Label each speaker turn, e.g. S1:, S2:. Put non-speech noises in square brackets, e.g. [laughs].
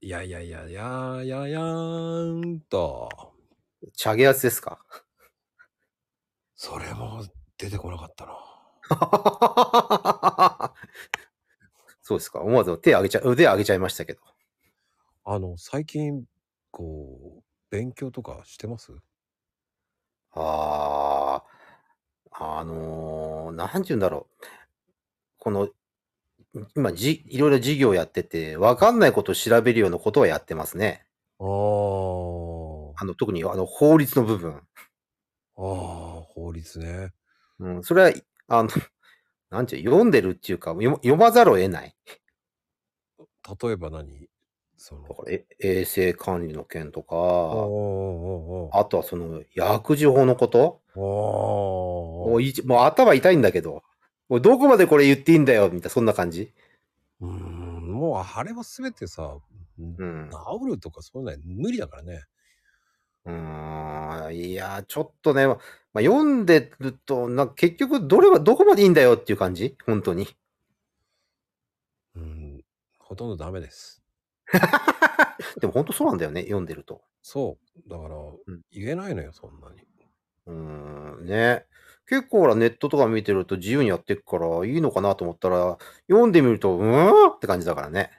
S1: いやいやいや、やーややーんと。
S2: チャゲアツですか [laughs]
S1: それも出てこなかったな。
S2: そうですか。思わず手上げちゃ、腕上げちゃいましたけど。
S1: あの、最近、こう、勉強とかしてます
S2: ああ、あのー、なんて言うんだろう。この、今じ、いろいろ授業やってて、わかんないことを調べるようなことはやってますね。
S1: あー。
S2: あの、特に、あの、法律の部分。
S1: あー、法律ね。
S2: うん、それは、あの、 [laughs] なんていう、読んでるっていうか、読ま読まざるを得ない。
S1: 例えば何その
S2: だ。からえ衛生管理の件と
S1: あー
S2: か、
S1: おーおー
S2: あとはその、薬事法のこと
S1: おー
S2: もういちもう頭痛いんだけど、もうどこまでこれ言っていいんだよ、みたいな、そんな感じ。
S1: うーん、もうあれは全てさ、
S2: うん。
S1: 治るとかそういうのは無理だからね。
S2: うーん。いやー、ちょっとね、まあ、読んでると、なんか結局、どれは、どこまでいいんだよっていう感じ本当に。 [laughs]
S1: うん、ほとんどダメです。
S2: でも本当そうなんだよね、読んでると。
S1: そう。だから、
S2: ん
S1: 言えないのよ、そんなに。
S2: うーん、ね。結構ほら、ネットとか見てると自由にやってくから、いいのかなと思ったら、読んでみると、うーんって感じだからね。